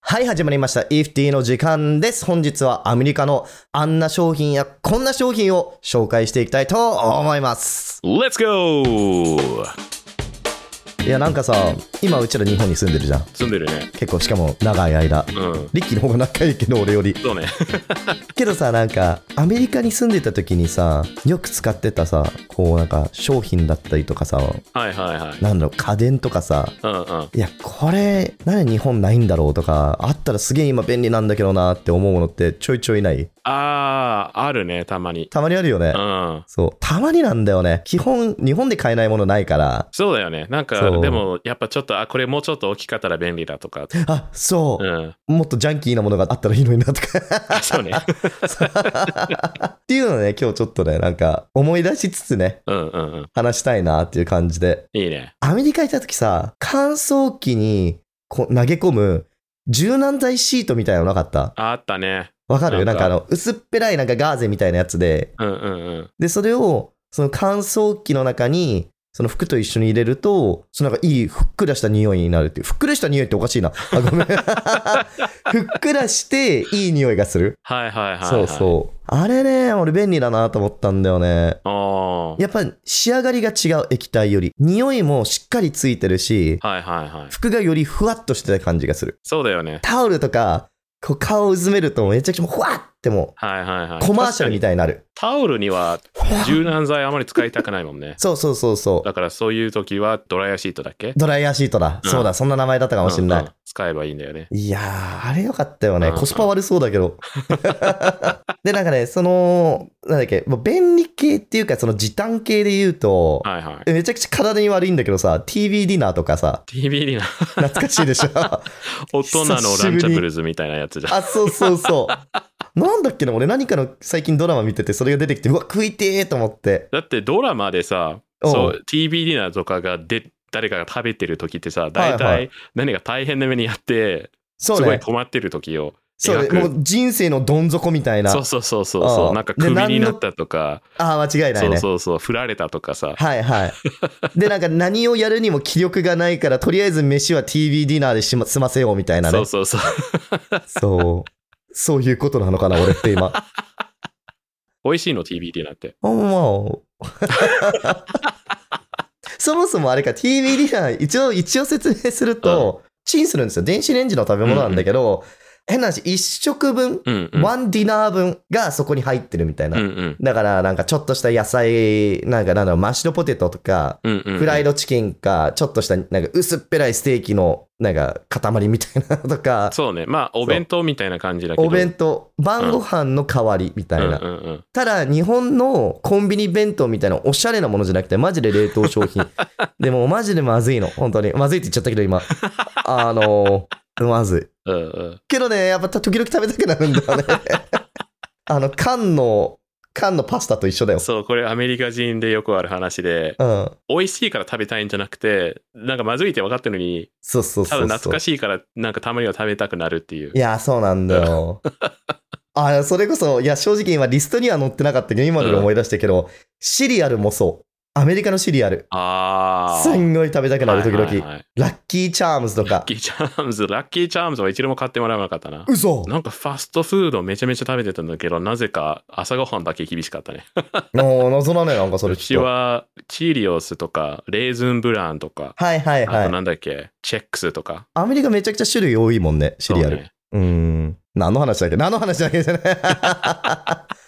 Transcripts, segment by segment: はい、始まりました。EFT の時間です。本日はアメリカのあんな商品やこんな商品を紹介していきたいと思います。 Let's go! いや、なんかさ、今うちら日本に住んでるじゃん。住んでるね。結構、しかも長い間。うん。リッキーの方が仲いいけど、俺より。そうね。 けどさ、なんか、アメリカに住んでた時にさ、よく使ってたさ、こうなんか商品だったりとかさ、はいはいはい。なんだろう、家電とかさ、うんうん。いや、これ、なんで日本ないんだろうとか、あったらすげえ今便利なんだけどなって思うものってちょいちょいないあー、あるね、たまに。たまにあるよねう。ん。そう。たまになんだよね。基本、日本で買えないものないから。そうだよね。なんかそ、うでも、やっぱちょっと、あ、これもうちょっと大きかったら便利だとか。あ、そうう、ん。もっとジャンキーなものがあったらいいのになとか。 あそうね。っていうのをね、今日ちょっとね、なんか思い出しつつね、うんうんうん。話したいなっていう感じで。いいね。アメリカ行った時さ、乾燥機にこう投げ込む柔軟剤シートみたいなのなかったあったね。わかるななんんかかあの、薄っぺらいなんかガーゼみたいなやつで、うんうんうん。で、それを、その乾燥機の中に、その服と一緒に入れると、そのなんかいいふっくらした匂いになるっていう。ふっくらした匂いっておかしいな。あ、ごめん。 ふっくらして、いい匂いがする。はいはいはい、はい。そうそう。あれね、俺便利だなと思ったんだよね。う。あー。やっぱ仕上がりが違う液体より、匂いもしっかりついてるし、はいはいはい。服がよりふわっとしてた感じがする。そうだよね。タオルとか、こう顔をうずめるとめちゃくちゃもうふわってもはいはいはうい。コマーシャルみい。たいになる。タオルにはふわ柔軟剤あまり使いたくないもんね。そうそうそうそう。だからそういう時はドライヤーシートだっけドライヤーシートだ。うんそうだ、そんな名前だったかもしれない。うんうん使えばいいんだよね。いやー、あれよかったよね。うんうんコスパ悪そうだけど。 で、なんかね、その、なんだっけ、もう便利系っていうか、その時短系で言うと、はいはい。めちゃくちゃ体に悪いんだけどさ、TV ディナーとかさ、 TBD な懐かしいで しょ大人のランチャブルズみたいなやつじゃん。あ、そうそうそう。なんだっけな、俺何かの最近ドラマ見てて、それが出てきて、うわ、食いてーと思って。だってドラマでさ、うんそう、TBD なとかがで誰かが食べてる時ってさ、大はいはい体何か大変な目にあって、そうすごいね。困ってる時を。そうね。描もくう人生のどん底みたいな。そうそうそうそうそうう、んなんかでクビにな何のったとか、ああ、間違いないそねう。そうそう、振られたとかさ。はいはい。 で、なんか何をやるにも気力がないから、とりあえず飯は TV ディナーでしま済ませようみたい なそねう。そうそう。そう。そういうことなのかな、俺って今。 美味しいの TBD なんて。あもう そもそもあれか、TV ディナー、一応、一応説明すると、チンするんですよ。電子レンジの食べ物なんだけど、変な話、一食分、うん、うん。ワンディナー分がそこに入ってるみたいうんな。うん。だから、なんかちょっとした野菜、なんかなんだろう、マッシュドポテトとか、うんうん、フライドチキンか、ちょっとした、なんか薄っぺらいステーキの、なんか塊みたいなのとか、そうね。まあ、お弁当みたいな感じだけど。お弁当、晩ご飯の代わりみたいうんな。うんうん。ただ、日本のコンビニ弁当みたいなおしゃれなものじゃなくて、マジで冷凍商 品。でも、マジでまずいの。本当に。まずいって言っちゃったけど、今。あのー、まずい。うんうん。けどね、やっぱ時々食べたくなるんだ よね。あの、缶の、缶のパスタと一緒だよ。そう、これアメリカ人でよくある話で、うん。美味しいから食べたいんじゃなくて、なんかまずいって分かってるのに、そうそうそうそ多う。分懐かしいから、なんかたまには食べたくなるっていうい。や、そうなんだ よ。あそれこそ、いや、正直今リストには載ってなかったけど、今で思い出したけど、シリアルもそう。アメリカのシリアル。ああ。すんごい食べたくなる、時々。はいはいはいラッキーチャームズとラかッ。キーチャームズ、ラッキーチャームズは一度も買ってもらわなかったな。嘘なんかファストフードめちゃめちゃ食べてたんだけど、なぜか朝ごはんだけ厳しかったね。の謎なのよ、なんかそれうちちょっと。はチリオスとか、レーズンブランとか、はいはいあとはい。なんだっけ、チェックスとか。アメリカめちゃくちゃ種類多いもんね、シリアル。そうねうーん。何の話だっけ何の話だっけじゃ ない。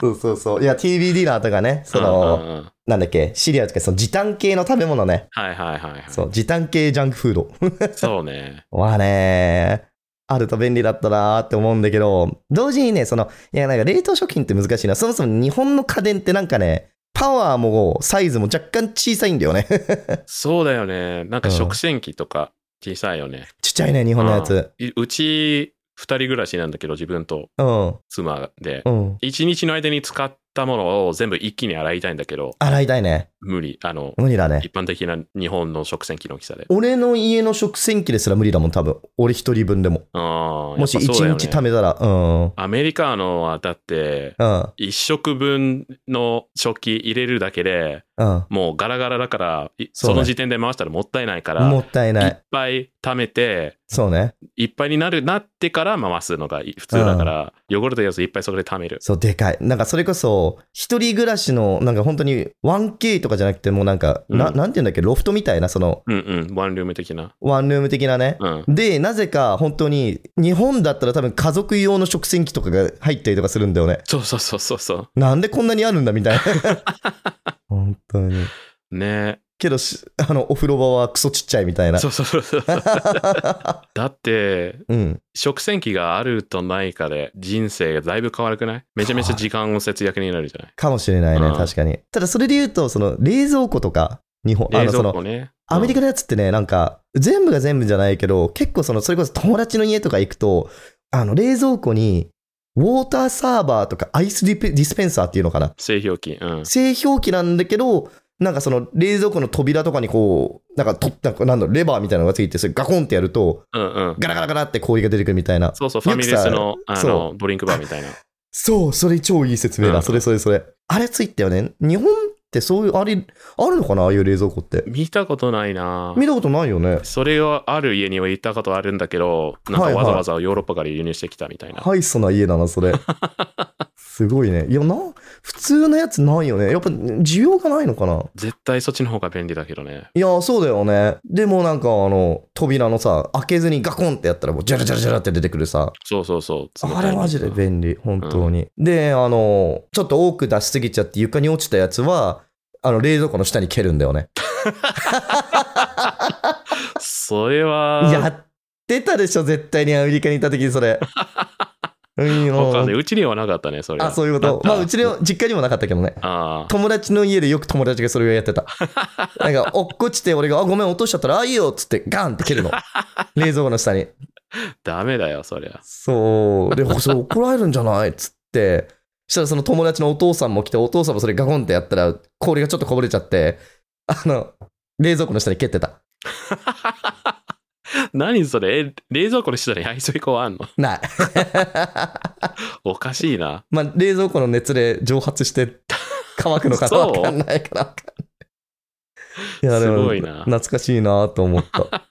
そうそうそう。いや、TV ディナーとかね、その、うんうんうんなんだっけ、シリアルとか、その時短系の食べ物ね。はいはいはいはい。そう、時短系ジャンクフード。そうね。わあねあると便利だったなーって思うんだけど、同時にね、その、いや、なんか冷凍食品って難しいな。そもそも日本の家電ってなんかね、パワーもサイズも若干小さいんだよね。 そうだよね。なんうかん食洗機とか小さいよね。ちっちゃいね、日本のやつ。いうち2人暮らしなんだけど、自分とうん。妻で。うん。 1日の間に使ったものを全部一気に洗いたいんだけど、洗いたいね。無理。あの、無理だね一。般的な日本の食洗機の大きさで。俺の家の食洗機ですら無理だもん、多分。俺一人分でも。ああ、もしやっぱそうだよ1ね日貯めたら、うん。うん。アメリカのはだって、う一食分の食器入れるだけでん。もうガラガラだからいそうそねの時点で回したらもったいないから、もったいないいっ。ぱい貯めてそうね。いっぱいになるなってから回すのがい普通だから、汚れたやついっぱいそれで貯めるそう、でかい。なんかそれこそ、一人暮らしの、なんか本当に 1K とかじゃなくて、もうなんか、なうんなんていうんだっけ、ロフトみたいな、その、うんうんワンルーム的なワンルーム的なね。うんで、なぜか本当に、日本だったら多分家族用の食洗機とかが入ったりとかするんだよね。そうそうそうそうそなんでこんなにあるんだみたい な。本当に。うねけどし、あの、お風呂場はクソちっちゃいみたいな。そうそうそうそう だってうん。食洗機があるとないかで人生がだいぶ変わらくないめちゃめちゃ時間を節約になるじゃないかもしれないね、うん確かに。ただそれで言うと、その冷蔵庫とか、日本、あ冷の、そ蔵の、庫ねアメリカのやつってね、なんか、全部が全部じゃないけど、結構その、それこそ友達の家とか行くと、あの、冷蔵庫に、ウォーターサーバーとかアイスディペディスペンサーっていうのかな。製氷機うん製氷機なんだけど、なんかその冷蔵庫の扉とかにこう、なんかと、なんかなんだろうレバーみたいなのがついて、それガコンってやると、うんうんガラガラガラって氷が出てくるみたいな。そうそう、フよくァミさレスのあそのドリンクバー みたいな。そう、それ超いい説明だ。うんそれそれそれ。あれついたよね。日本ってそういう、あれ、あるのかなああいう冷蔵庫って。見たことないな見たことないよね。それがある家には行ったことあるんだけど、なんかはいはいわざわざヨーロッパから輸入してきたみたいな。ハイソな家だな、それ。すごいね。いや、な、普通のやつないよね。やっぱ、需要がないのかな絶対そっちの方が便利だけどね。いや、そうだよね。でもなんか、あの、扉のさ、開けずにガコンってやったら、もう、ジャラジャラジャラって出てくるさ。そうそうそう。あれマジで利。便利、本当に。で、あの、ちょっと多く出しすぎちゃって床に落ちたやつは、あの、冷蔵庫の下に蹴るんだよね。それは、やってたでしょ、絶対にアメリカにいた時にそ れ。うんよわかんない。うちにはなかったね、それは。あ、そういうこなとっ。たまあ、うちの実家にもなかったけどね。ああ。友達の家でよく友達がそれをやってた。なんか、落っこちて俺が、あ、ごめん、落としちゃったら、あ、いいよっつって、ガンって蹴るの。冷蔵庫の下に。ダメだよ、そりゃ。そう。で、それ怒られるんじゃないっつって。したらその友達のお父さんも来て、お父さんもそれガコンってやったら、氷がちょっとこぼれちゃって、あの、冷蔵庫の下に蹴ってた。何それえ冷蔵庫の下にアイスリコあんの ない。おかしいな。まあ、冷蔵庫の熱で蒸発して 乾くのかなそうわかんないからわかんない。いや、ですごいも、な。懐かしいなと思っ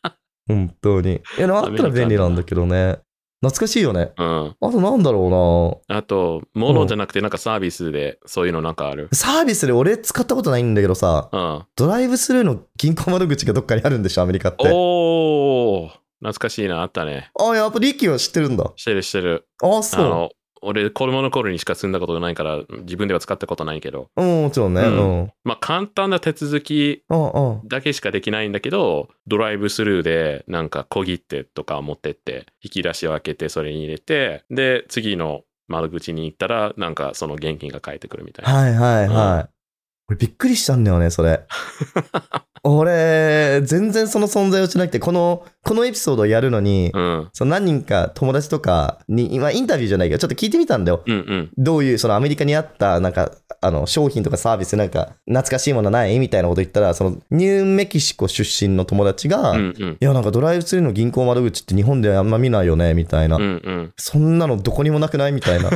た。 本当に。いや、でもあったら便利なんだけどね。懐かしいよね。うん。あとなんだろあと、物じゃなくて、なんかサービスで、そういうのなんかあるう。な。サービスで俺使ったことないんだけどさ、うん。ドライブスルーの銀行窓口がどっかにあるんでしょ、アメリカって。おー、懐かしいな、あったね。あ、やっぱリッキーは知ってるんだ。してるしてる。あ、あその、俺、子供の頃にしか住んだことがないから、自分では使ったことないけど、う。うん、もちろんね。う。うんうん、まあ、簡単な手続きうん。だけしかできないんだけど、ドライブスルーで、なんか、小切手とかを持ってって、引き出しを開けて、それに入れて、で、次の窓口に行ったら、なんか、その現金が返ってくるみたいな。はいはいはい。俺びっくりしたんだよね、それ。俺、全然その存在をしなくて、この、このエピソードをやるのに、うん。その何人か友達とかに、今インタビューじゃないけど、ちょっと聞いてみたんだよ。うんうん。どういう、そのアメリカにあった、なんか、あの、商品とかサービスなんか、懐かしいものないみたいなこと言ったら、その、ニューメキシコ出身の友達が、うんいうん。や、なんかドライブスルーの銀行窓口って日本ではあんま見ないよね、みたいな。うんうん。そんなのどこにもなくないみたいな。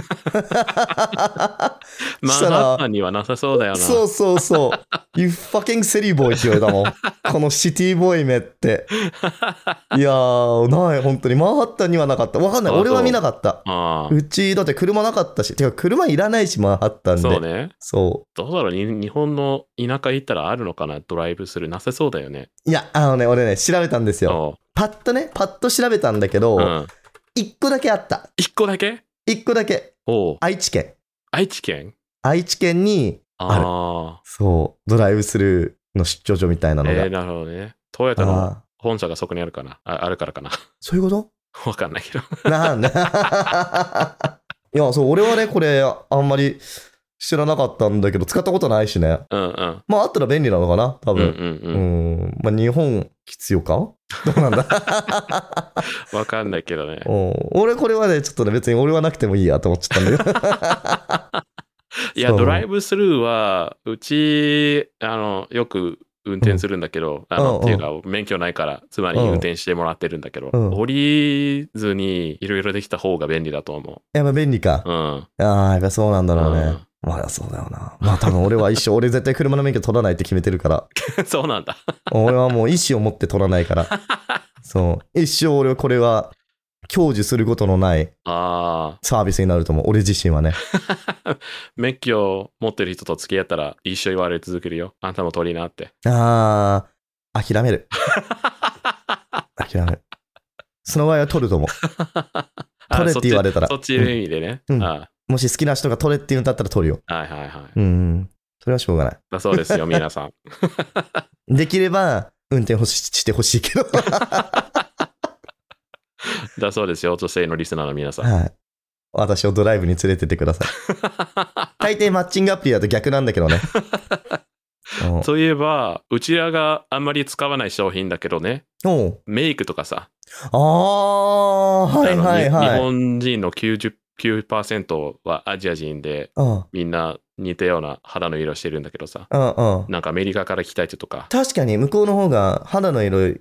したらマンハッタンにはなさそうだよな。そうそう そう。You fucking city boy って言われたもん。このシティボーイめって。いやー、ない、本当に。マンハッタンにはなかった。わかんない。あそう俺は見なかった。あうち、だって車なかったし。てか、車いらないし、マンハッタンあ。で。そうね。そどうだろうに日本の田舎行ったらあるのかなドライブスルーなさそうだよね。ういや、あのね、俺ね、調べたんですよ。そパッとね、パッと調べたんだけど、う。う1ん。個だけあった。一個だけ1個だけ。おう。愛知県。愛知県愛知県に、あそう、ドライブスルーの出張所みたいなあ。のが。えー、なるほどね。トヨタのあー本社がそこにあるかなああるからかなそういうこと わかんない けど。なんだ いや、そう、俺はね、これ、あんまり知らなかったんだけど、使ったことないしね。うんうん。まあ、あったら便利なのかな、多うんう分。うんん、まあ、日本必要かどうなんだうん。わかんないけどね。 うん俺、これはね、ちょっとね、別に俺はなくてもいいやと思っちゃったんだけど。いや、そうドライブスルーは、うち、あの、よく運転するんだけど、あうんうの、んっていうか、免許ないから、妻にうん運転してもらってるんだけど、うん降りずにいろいろできた方が便利だと思やっぱ便利かう。。うん。 ああ、やっぱそうなんだろうね。うんまあそうだよな。まあ多分俺は一生、俺絶対車の免許取らないって決めてるから。そうなんだ。俺はもう意思を持って取らないから。そう。一生俺はこれは享受することのないああ、サービスになると思う。俺自身はね。免許持ってる人と付き合ったら一生言われ続けるよ。あんたも取りなって。ああ、諦め る。諦める。その場合は取ると思う。あ取れって言われたらそっちそっちの意味でね。うんあもし好きな人が取れって言うんだったら取るよ。あはいはいはい。うんうん。それはしょうがない。だそうですよ、皆さん。できれば運転ほししてほしいけど。だそうですよ、女性のリスナーの皆さん。 はい。私をドライブに連れてってくだ さい。大抵マッチングアプリだと逆なんだけ どね。うんそういえば、うちらがあんまり使わない商品だけどね、おうメイクとかさ、ああ、はいはいあのに日はい。本人の99%はアジア人で、うんみんな似たような肌の色してるんだけどさ、うんうん。なんかアメリカから来た人とか、確かに向こうの方が肌の色、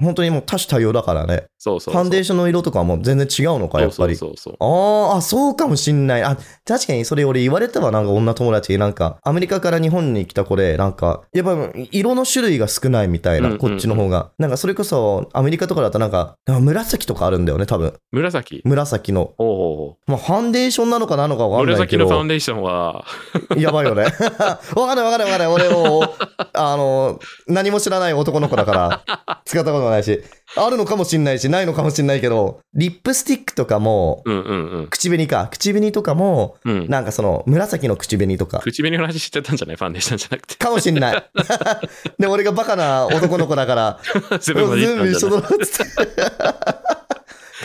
本当にもう多種多様だからね。そうそうそう。ファンデーションの色とかはもう全然違うのか、やっぱり。そうそうそうそう。あーあ、そうかもしんない。あ、確かにそれ俺言われたわ、なんか女友達になんか、アメリカから日本に来た子で、なんか、やっぱ色の種類が少ないみたいな、うんうんうんこっちの方が。なんかそれこそ、アメリカとかだとなんか、なんか紫とかあるんだよね、多分。紫紫の。おうまあ、ファンデーションなのかなのかおうおうわかんないけ紫のファどン、デーションは、やばいよね。わ かんないわかんないわかんない。俺も、あの、何も知らない男の子だから、使ったことないし、あるのかもしんないし、ないのかもしんないけど、リップスティックとかも、うんうんうん。口紅か、口紅とかも、うん、なんかその紫の口紅とか。唇の話してたんじゃないファンデーションじゃなくて。かもしんない。で、俺がバカな男の子だから、全 全部混じった部んじ一緒ゃなだないっつって。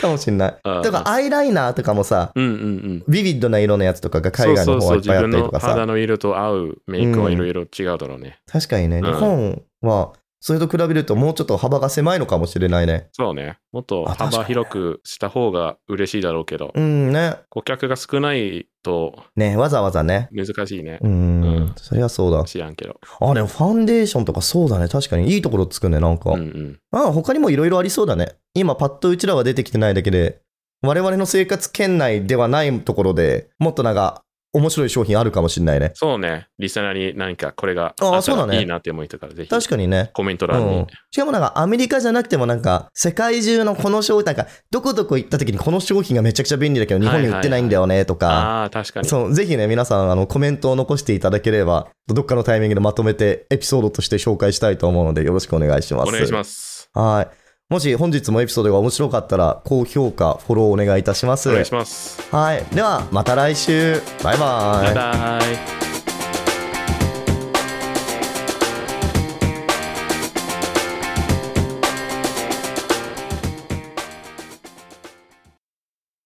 かもしんない。ああとか、アイライナーとかもさ、うんうんうん。ビビッドな色のやつとかが海外の方はいっぱいあったりとかそうそうそう自分の肌さ。の色と合うメイクはいろいろ違うだろうね。確かにね、うん日本は、それと比べるともうちょっと幅が狭いのかもしれないね。そうね。もっとあ確かに幅広くした方が嬉しいだろうけど、うんね。顧客が少ないとね、わざわざね。難しいね。うん、うんそりゃそうだ。知らんけど。あ、でもファンデーションとかそうだね。確かにいいところつくね、なんか。うんうん。まあ他にもいろいろありそうだね。今パッとうちらは出てきてないだけで、我々の生活圏内ではないところでもっとなんか面白い商品あるかもしれないね。そうね。リスナーに何かこれがああっそうただらねいいなって思いたから、ぜひ確かにね。コメントう欄に。ん、しかもなんかアメリカじゃなくてもなんか世界中のこの商品なんかどこどこ行った時にこの商品がめちゃくちゃ便利だけど日本に売ってないんだよねとか、ああ、確かに。そうぜひね皆さんあのコメントを残していただければどっかのタイミングでまとめてエピソードとして紹介したいと思うのでよろしくお願いしまおす。願いします。はい。もし本日もエピソードが面白かったら、高評価、フォローお願いいたします。お願いします。はい。では、また来週。バイバイ。バイバイ。